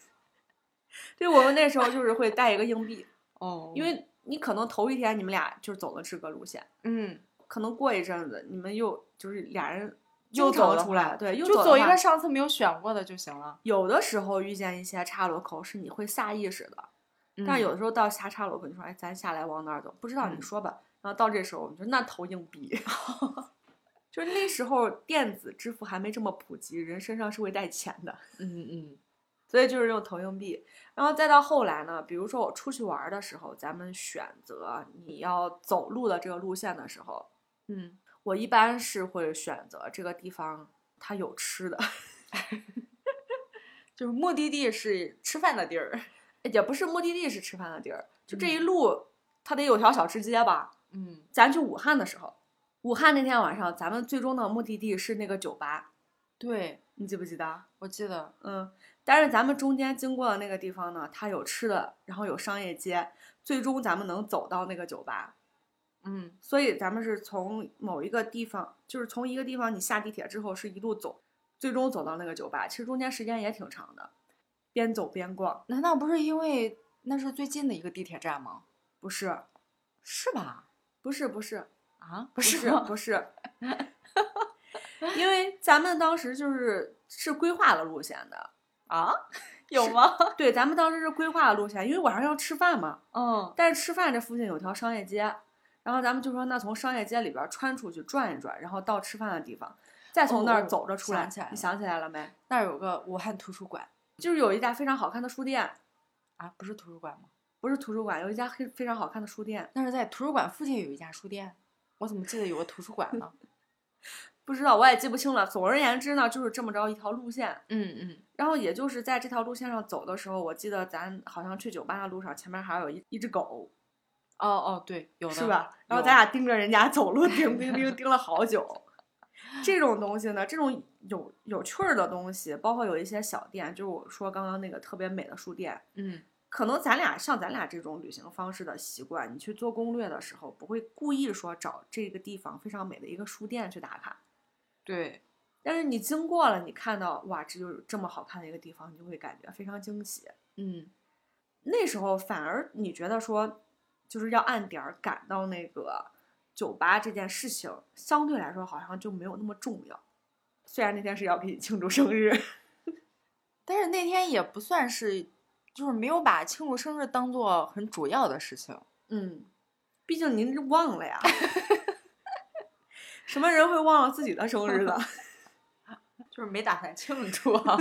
Speaker 1: 对，我们那时候就是会带一个硬币，
Speaker 2: 哦
Speaker 1: 因为你可能头一天你们俩就走了这个路线，
Speaker 2: 嗯，
Speaker 1: 可能过一阵子你们又就是俩人
Speaker 2: 经
Speaker 1: 又走
Speaker 2: 常
Speaker 1: 了
Speaker 2: 的
Speaker 1: 出来，对，又
Speaker 2: 就
Speaker 1: 走
Speaker 2: 走
Speaker 1: 的
Speaker 2: 一
Speaker 1: 话
Speaker 2: 个。上次没有选过的就行了。
Speaker 1: 有的时候遇见一些岔路口是你会下意识的，但
Speaker 2: 嗯
Speaker 1: 有的时候到下岔路口，你说哎，咱下来往哪儿走？不知道，你
Speaker 2: 嗯
Speaker 1: 说吧。然后到这时候，我们就那投硬 币。就是那时候电子支付还没这么普及，人身上是会带钱的，
Speaker 2: 嗯嗯
Speaker 1: 所以就是用投硬币。然后再到后来呢，比如说我出去玩儿的时候，咱们选择你要走路的这个路线的时候，
Speaker 2: 嗯，
Speaker 1: 我一般是会选择这个地方它有吃的，
Speaker 2: 就是目的地是吃饭的地儿。
Speaker 1: 也不是目的地是吃饭的地儿，就这一
Speaker 2: 嗯
Speaker 1: 路它得有条小吃街吧。
Speaker 2: 嗯
Speaker 1: 咱去武汉的时候，武汉那天晚上，咱们最终的目的地是那个酒吧，，
Speaker 2: 对，
Speaker 1: 你记不记得？
Speaker 2: 我记得，
Speaker 1: 嗯，但是咱们中间经过的那个地方呢，它有吃的，然后有商业街，最终咱们能走到那个酒吧。
Speaker 2: 嗯
Speaker 1: 所以咱们是从某一个地方，就是从一个地方你下地铁之后是一路走，最终走到那个酒吧。其实中间时间也挺长的，边走边逛，
Speaker 2: 难道不是因为那是最近的一个地铁站吗？
Speaker 1: 不是，
Speaker 2: 是吧？
Speaker 1: 不是，不是，
Speaker 2: 啊，
Speaker 1: 不
Speaker 2: 不是
Speaker 1: 是
Speaker 2: 吗，
Speaker 1: 不是，因为咱们当时就是是规划了路线的，
Speaker 2: 啊， 有吗？
Speaker 1: 对，咱们当时是规划了路线，因为晚上要吃饭嘛，
Speaker 2: 嗯
Speaker 1: 但是吃饭这附近有条商业街，然后咱们就说那从商业街里边儿穿出去转一转，然后到吃饭的地方，再从那
Speaker 2: 哦
Speaker 1: 儿
Speaker 2: 哦
Speaker 1: 走着出来，
Speaker 2: 想起来
Speaker 1: 你
Speaker 2: 了
Speaker 1: 想起来了没？
Speaker 2: 那儿有个武汉图书馆
Speaker 1: 就是有一家非常好看的书店，
Speaker 2: 啊，不是图书馆吗？
Speaker 1: 不是图书馆，有一家非非常好看的书店，
Speaker 2: 那是在图书馆附近有一家书店，我怎么记得有个图书馆呢？
Speaker 1: 不知道我也记不清了。总而言之呢，就是这么着一条路线，
Speaker 2: 嗯嗯
Speaker 1: 然后也就是在这条路线上走的时候，我记得咱好像去酒吧的路上，前面还有一一只狗，
Speaker 2: 哦哦，对，有的
Speaker 1: 是吧？然后
Speaker 2: 有
Speaker 1: 咱俩盯着人家走路， 盯盯盯盯了好久。这种东西呢，这种有有趣儿的东西，包括有一些小店，就是我说刚刚那个特别美的书店，
Speaker 2: 嗯
Speaker 1: 可能咱俩像咱俩这种旅行方式的习惯，你去做攻略的时候，不会故意说找这个地方非常美的一个书店去打卡，
Speaker 2: 对，
Speaker 1: 但是你经过了，你看到哇，这就是这么好看的一个地方，你就会感觉非常惊喜。
Speaker 2: 嗯，
Speaker 1: 那时候反而你觉得说，就是要按点儿赶到那个酒吧这件事情，相对来说好像就没有那么重要。虽然那天是要给你庆祝生日，
Speaker 2: 但是那天也不算是，就是没有把庆祝生日当做很主要的事情。
Speaker 1: 嗯，毕竟您忘了呀，什么人会忘了自己的生日呢？
Speaker 2: 就是没打算庆祝啊，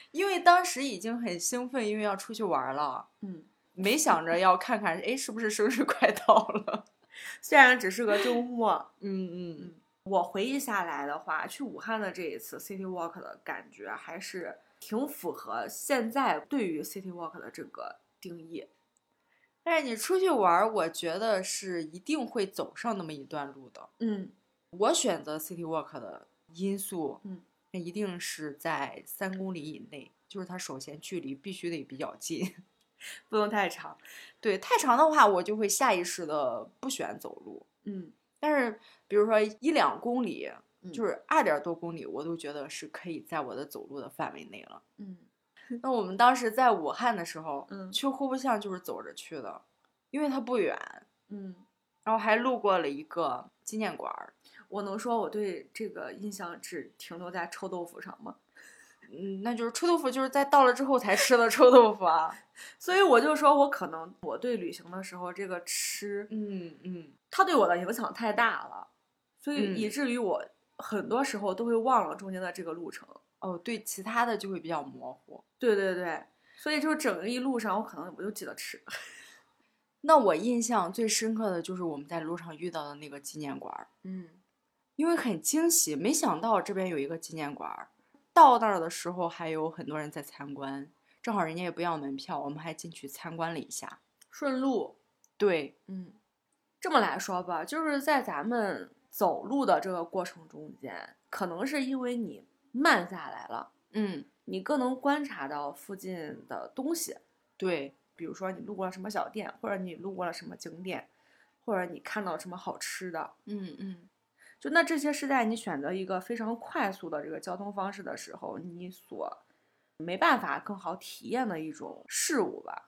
Speaker 2: 因为当时已经很兴奋，因为要出去玩儿了，
Speaker 1: 嗯，
Speaker 2: 没想着要看看，哎，是不是生日快到了？
Speaker 1: 虽然只是个周末，
Speaker 2: 嗯嗯，
Speaker 1: 我回忆下来的话，去武汉的这一次 City Walk 的感觉还是挺符合现在对于 City Walk 的这个定义。
Speaker 2: 但是你出去玩儿，我觉得是一定会走上那么一段路的。
Speaker 1: 嗯
Speaker 2: 我选择 City Walk 的因素，
Speaker 1: 嗯，
Speaker 2: 那一定是在三公里以内，就是它首先距离必须得比较近。
Speaker 1: 不用太长。
Speaker 2: 对，太长的话，我就会下意识的不喜欢走路。
Speaker 1: 嗯
Speaker 2: 但是比如说一两公里，
Speaker 1: 嗯
Speaker 2: 就是二点多公里，我都觉得是可以在我的走路的范围内了。
Speaker 1: 嗯
Speaker 2: 那我们当时在武汉的时候，
Speaker 1: 嗯
Speaker 2: 去户部巷就是走着去的，因为它不远，
Speaker 1: 嗯，
Speaker 2: 然后还路过了一个纪念馆儿。
Speaker 1: 我能说我对这个印象只停留在臭豆腐上吗？
Speaker 2: 嗯，那就是臭豆腐，就是在到了之后才吃的臭豆腐啊。
Speaker 1: 所以我就说，我可能我对旅行的时候这个吃，
Speaker 2: 嗯嗯，
Speaker 1: 它对我的影响太大了，所以
Speaker 2: 嗯
Speaker 1: 以至于我很多时候都会忘了中间的这个路程。
Speaker 2: 哦，对，其他的就会比较模糊。
Speaker 1: 对对对，所以就是整个一路上，我可能我就记得吃。
Speaker 2: 那我印象最深刻的就是我们在路上遇到的那个纪念馆儿，
Speaker 1: 嗯
Speaker 2: 因为很惊喜，没想到这边有一个纪念馆儿。到那儿的时候还有很多人在参观，正好人家也不要门票，我们还进去参观了一下。，
Speaker 1: 顺路。
Speaker 2: 对，
Speaker 1: 嗯，这么来说吧，就是在咱们走路的这个过程中间，可能是因为你慢下来了，
Speaker 2: 嗯，
Speaker 1: 你更能观察到附近的东西，
Speaker 2: 对，
Speaker 1: 比如说你路过了什么小店，或者你路过了什么景点，或者你看到了什么好吃的。
Speaker 2: 嗯嗯，
Speaker 1: 就那这些是在你选择一个非常快速的这个交通方式的时候，你所没办法更好体验的一种事物吧。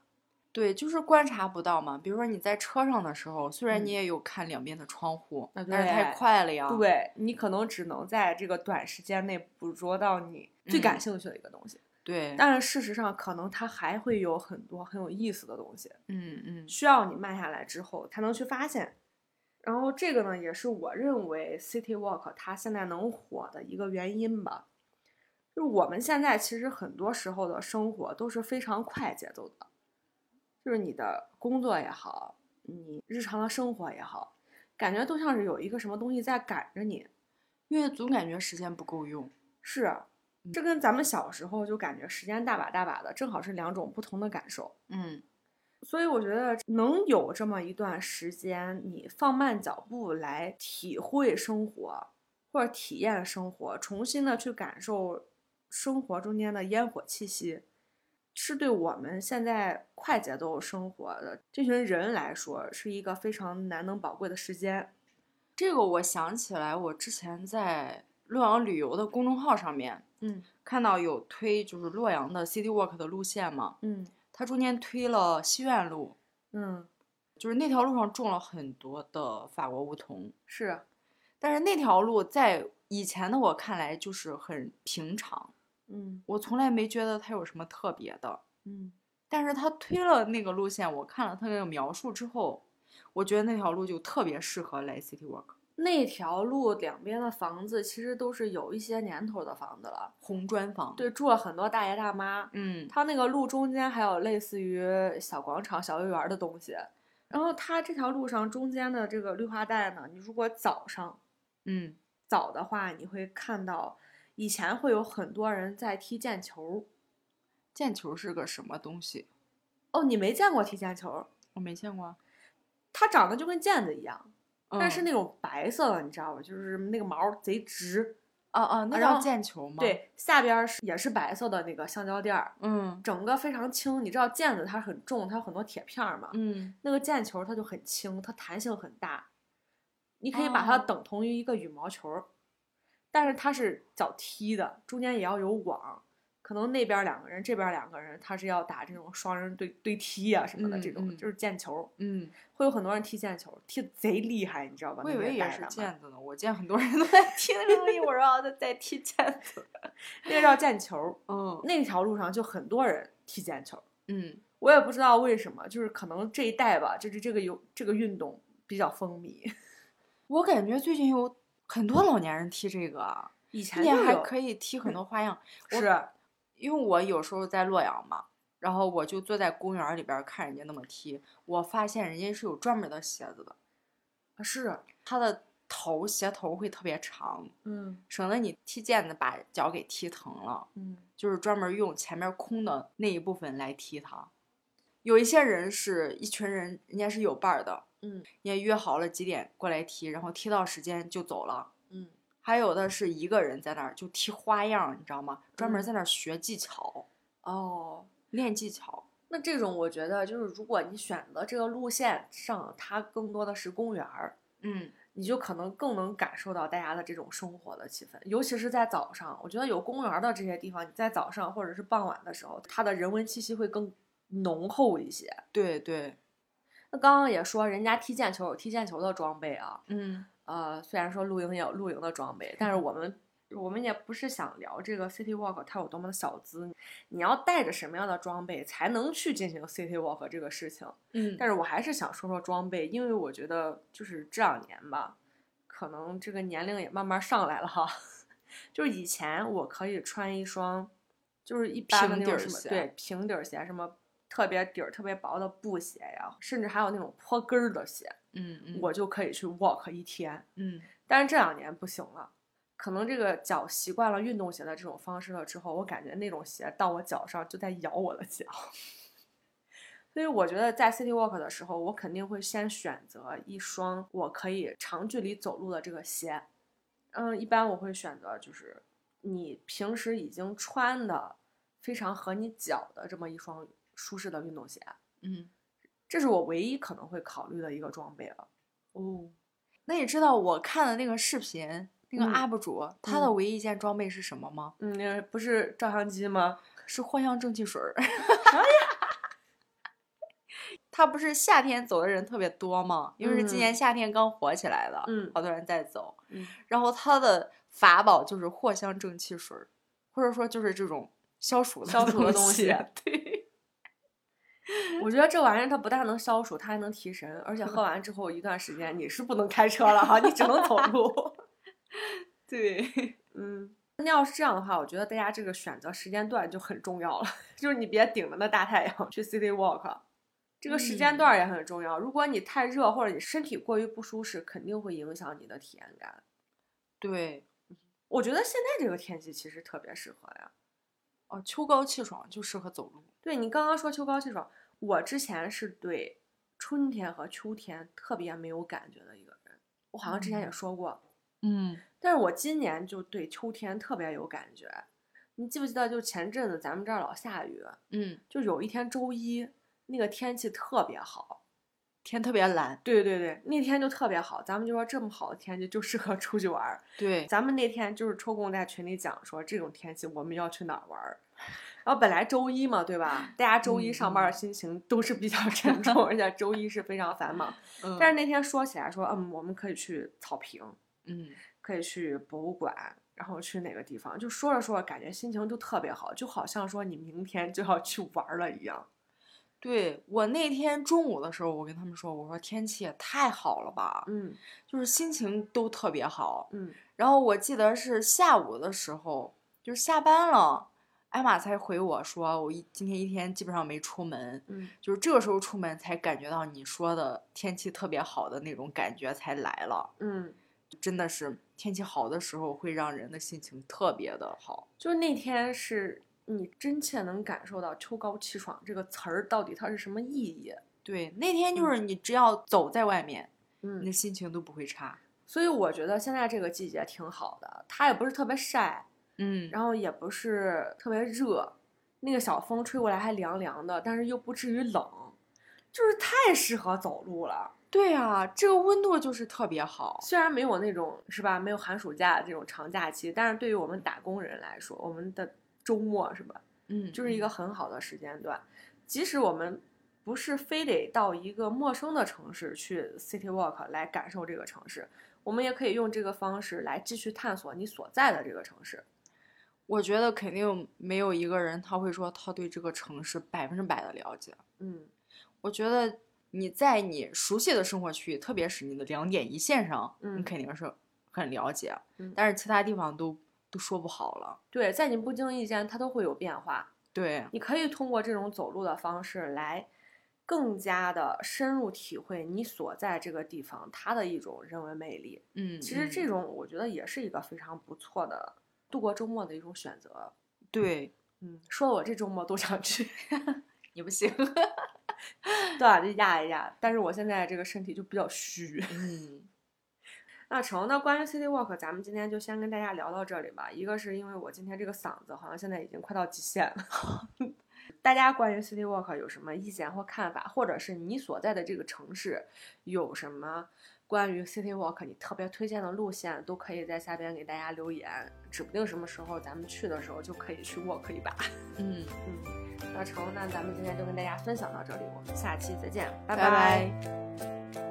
Speaker 2: 对，就是观察不到嘛。比如说你在车上的时候，虽然
Speaker 1: 嗯
Speaker 2: 你也有看两边的窗户，
Speaker 1: 啊
Speaker 2: 但是太
Speaker 1: 对
Speaker 2: 快了呀。，
Speaker 1: 对你可能只能在这个短时间内捕捉到你最感
Speaker 2: 嗯
Speaker 1: 兴趣的一个东西，
Speaker 2: 对，
Speaker 1: 但是事实上可能它还会有很多很有意思的东西，
Speaker 2: 嗯嗯，
Speaker 1: 需要你慢下来之后才能去发现。然后这个呢，也是我认为 City Walk 它现在能火的一个原因吧。就是我们现在其实很多时候的生活都是非常快节奏的，就是你的工作也好，你日常的生活也好，感觉都像是有一个什么东西在赶着你。
Speaker 2: 因为总感觉时间不够用。
Speaker 1: 是，啊这跟咱们小时候就感觉时间大把大把的，正好是两种不同的感受。
Speaker 2: 嗯，
Speaker 1: 所以我觉得能有这么一段时间，你放慢脚步来体会生活，或者体验生活，重新的去感受生活中间的烟火气息，是对我们现在快节奏生活的这群人来说，是一个非常难能宝贵的时间。
Speaker 2: 这个我想起来，我之前在洛阳旅游的公众号上面
Speaker 1: 嗯
Speaker 2: 看到有推，就是洛阳的 City Walk 的路线嘛，
Speaker 1: 嗯
Speaker 2: 它中间推了西苑路，
Speaker 1: 嗯，
Speaker 2: 就是那条路上种了很多的法国梧桐，
Speaker 1: 是，啊
Speaker 2: 但是那条路在以前的我看来就是很平常，
Speaker 1: 嗯
Speaker 2: 我从来没觉得它有什么特别的。
Speaker 1: 嗯
Speaker 2: 但是他推了那个路线，我看了他那个描述之后，我觉得那条路就特别适合来 City Walk，
Speaker 1: 那条路两边的房子其实都是有一些年头的房子了，
Speaker 2: 红砖房。，
Speaker 1: 对，住了很多大爷大妈。
Speaker 2: 嗯，
Speaker 1: 它那个路中间还有类似于小广场、小游园儿的东西。然后它这条路上中间的这个绿化带呢，你如果早上
Speaker 2: 嗯，
Speaker 1: 早的话，你会看到以前会有很多人在踢毽球。
Speaker 2: 毽球是个什么东西？
Speaker 1: 哦，你没见过踢毽球？
Speaker 2: 我没见过啊。
Speaker 1: 它长得就跟毽子一样，但是
Speaker 2: 嗯
Speaker 1: 那种白色的，你知道吗？就是那个毛儿贼直，
Speaker 2: 啊啊，那
Speaker 1: 然
Speaker 2: 叫
Speaker 1: 后
Speaker 2: 毽球吗？，
Speaker 1: 对，下边儿是也是白色的那个橡胶垫儿，
Speaker 2: 嗯
Speaker 1: 整个非常轻。你知道毽子它很重，它有很多铁片儿嘛，
Speaker 2: 嗯，
Speaker 1: 那个毽球它就很轻，它弹性很大，你可以把它
Speaker 2: 哦
Speaker 1: 等同于一个羽毛球儿，但是它是脚踢的，中间也要有网。可能那边儿两个人，这边儿两个人，他是要打这种双人对对踢啊什么的，
Speaker 2: 嗯
Speaker 1: 这种、
Speaker 2: 嗯
Speaker 1: 就是毽球，
Speaker 2: 嗯，
Speaker 1: 会有很多人踢毽球，踢得贼厉害，你知道吧？
Speaker 2: 我以
Speaker 1: 那
Speaker 2: 为
Speaker 1: 个
Speaker 2: 也
Speaker 1: 代
Speaker 2: 是
Speaker 1: 打嘛
Speaker 2: 毽子呢，我见很多人都在踢那个东西，我说啊，在在踢毽子。
Speaker 1: 那个叫毽球，
Speaker 2: 嗯
Speaker 1: 那条路上就很多人踢毽球，
Speaker 2: 嗯，
Speaker 1: 我也不知道为什么，就是可能这一代吧，就是这个游这个运动比较风靡，
Speaker 2: 我感觉最近有很多老年人踢这个，啊
Speaker 1: 以
Speaker 2: 今
Speaker 1: 前
Speaker 2: 年
Speaker 1: 就
Speaker 2: 还
Speaker 1: 有
Speaker 2: 可以踢很多花样。我
Speaker 1: 是
Speaker 2: 因为我有时候在洛阳嘛，然后我就坐在公园儿里边儿看人家那么踢，我发现人家是有专门儿的鞋子的，
Speaker 1: 啊是，
Speaker 2: 它的头鞋头会特别长，
Speaker 1: 嗯
Speaker 2: 省得你踢毽子把脚给踢疼了，
Speaker 1: 嗯，
Speaker 2: 就是专门儿用前面空的那一部分来踢它。有一些人是一群人，人家是有伴儿的，
Speaker 1: 嗯，
Speaker 2: 人家约好了几点过来踢，然后踢到时间就走了。
Speaker 1: 嗯，
Speaker 2: 还有的是一个人在那儿就踢花样儿，你知道吗？专门儿
Speaker 1: 嗯
Speaker 2: 在那儿学技巧、
Speaker 1: 哦，
Speaker 2: 练技巧。
Speaker 1: 那这种我觉得就是，如果你选择这个路线上，它更多的是公园儿，
Speaker 2: 嗯，
Speaker 1: 你就可能更能感受到大家的这种生活的气氛，尤其是在早上，我觉得有公园儿的这些地方，你在早上或者是傍晚的时候，它的人文气息会更浓厚一些。
Speaker 2: 对对，
Speaker 1: 那刚刚也说，人家踢毽球有踢毽球的装备啊，
Speaker 2: 嗯
Speaker 1: 呃，虽然说露营也有露营的装备，但是我们我们也不是想聊这个 City Walk 它有多么的小资，你要带着什么样的装备才能去进行 City Walk 这个事情。
Speaker 2: 嗯
Speaker 1: 但是我还是想说说装备，因为我觉得就是这两年吧，可能这个年龄也慢慢上来了哈。 就是以前我可以穿一双，就是一般的那种
Speaker 2: 平底儿
Speaker 1: 什么
Speaker 2: 鞋
Speaker 1: 对平底儿鞋，什么特别底儿特别薄的布鞋呀，甚至还有那种坡跟儿的鞋，
Speaker 2: 嗯嗯
Speaker 1: 我就可以去 walk 一天。
Speaker 2: 嗯
Speaker 1: 但是这两年不行了，可能这个脚习惯了运动鞋的这种方式了之后，我感觉那种鞋到我脚上就在咬我的脚。所以我觉得在 City Walk 的时候，我肯定会先选择一双我可以长距离走路的这个鞋。嗯，一般我会选择就是你平时已经穿的非常合你脚的这么一双舒适的运动鞋，
Speaker 2: 嗯
Speaker 1: 这是我唯一可能会考虑的一个装备了。
Speaker 2: 哦，那你知道我看的那个视频，那个
Speaker 1: 嗯
Speaker 2: UP 主、他的
Speaker 1: 嗯
Speaker 2: 唯一一件装备是什么吗？
Speaker 1: 嗯，那不是照相机吗？
Speaker 2: 是藿香正气水儿。 他不是夏天走的人特别多吗？因为是今年
Speaker 1: 嗯
Speaker 2: 夏天刚火起来的，
Speaker 1: 嗯
Speaker 2: 好多人在走。
Speaker 1: 嗯，
Speaker 2: 然后他的法宝就是藿香正气水儿，或者说就是这种消暑的
Speaker 1: 消暑的东
Speaker 2: 西
Speaker 1: 西。
Speaker 2: 对，
Speaker 1: 我觉得这玩意儿它不但能消暑，它还能提神，而且喝完之后一段时间你是不能开车了哈，你只能走路。
Speaker 2: 对，
Speaker 1: 嗯，那要是这样的话，我觉得大家这个选择时间段就很重要了， 就是你别顶着那大太阳去 city walk，这个时间段也很重要。如果你太热或者你身体过于不舒适，肯定会影响你的体验感。
Speaker 2: 对，
Speaker 1: 我觉得现在这个天气其实特别适合呀。
Speaker 2: 哦，秋高气爽就适合走路。
Speaker 1: 对你刚刚说秋高气爽，我之前是对春天和秋天特别没有感觉的一个人，我好像之前也
Speaker 2: 嗯
Speaker 1: 说过。
Speaker 2: 嗯，
Speaker 1: 但是我今年就对秋天特别有感觉。你记不记得，就前阵子咱们这儿老下雨，
Speaker 2: 嗯，
Speaker 1: 就有一天周一，那个天气特别好。
Speaker 2: 天特别蓝，
Speaker 1: 对对对，那天就特别好，咱们就说这么好的天气就适合出去玩儿。
Speaker 2: 对，
Speaker 1: 咱们那天就是抽空在群里讲说，这种天气我们要去哪儿玩儿。然后本来周一嘛，对吧？大家周一上班的
Speaker 2: 嗯嗯
Speaker 1: 心情都是比较 沉重，而且周一是非常繁忙。
Speaker 2: 嗯
Speaker 1: 但是那天说起来说，嗯，我们可以去草坪，
Speaker 2: 嗯
Speaker 1: 可以去博物馆，然后去哪个地方，就说着说着，感觉心情就特别好，就好像说你明天就要去玩儿了一样。
Speaker 2: 对我那天中午的时候，我跟他们说，我说天气也太好了吧，
Speaker 1: 嗯
Speaker 2: 就是心情都特别好。
Speaker 1: 嗯
Speaker 2: 然后我记得是下午的时候，就是下班了，艾玛才回我说，我一今天一天基本上没出门，
Speaker 1: 嗯，
Speaker 2: 就是这个时候出门才感觉到你说的天气特别好的那种感觉才来了。
Speaker 1: 嗯，
Speaker 2: 真的是天气好的时候，会让人的心情特别的好。
Speaker 1: 就是那天是你真切能感受到“秋高气爽”这个词儿到底它是什么意义。
Speaker 2: 对，那天就是你只要走在外面，你
Speaker 1: 嗯，
Speaker 2: 的心情都不会差。
Speaker 1: 所以我觉得现在这个季节挺好的，它也不是特别晒，
Speaker 2: 嗯，
Speaker 1: 然后也不是特别热，那个小风吹过来还凉凉的，但是又不至于冷，就是太适合走路了。
Speaker 2: 对啊，这个温度就是特别好。
Speaker 1: 虽然没有那种是吧，没有寒暑假这种长假期，但是对于我们打工人来说，我们的周末是吧，
Speaker 2: 嗯，
Speaker 1: 就是一个很好的时间段。即使我们不是非得到一个陌生的城市去 city walk 来感受这个城市，我们也可以用这个方式来继续探索你所在的这个城市。
Speaker 2: 我觉得肯定没有一个人他会说他对这个城市百分之百的了解。
Speaker 1: 嗯，
Speaker 2: 我觉得你在你熟悉的生活区，特别是你的两点一线上，你
Speaker 1: 嗯
Speaker 2: 肯定是很了解，
Speaker 1: 嗯
Speaker 2: 但是其他地方都都说不好了。
Speaker 1: 对，在你不经意间它都会有变化。
Speaker 2: 对，
Speaker 1: 你可以通过这种走路的方式来。更加的深入体会你所在这个地方它的一种人文魅力，
Speaker 2: 嗯，
Speaker 1: 其实
Speaker 2: 嗯
Speaker 1: 这种我觉得也是一个非常不错的度过周末的一种选择。
Speaker 2: 对
Speaker 1: 嗯，说我这周末都想去，
Speaker 2: 你不行，
Speaker 1: 都想去压一压，但是我现在这个身体就比较虚。
Speaker 2: 嗯
Speaker 1: 那成，那关于 City Walk，咱们今天就先跟大家聊到这里吧。一个是因为我今天这个嗓子好像现在已经快到极限了。 大家关于 City Walk 有什么意见或看法，或者是你所在的这个城市有什么关于 City Walk 你特别推荐的路线，都可以在下边给大家留言，指不定什么时候咱们去的时候就可以去 walk 一把。
Speaker 2: 嗯，
Speaker 1: 嗯，那成，那咱们今天就跟大家分享到这里，我们下期再见，拜
Speaker 2: 拜拜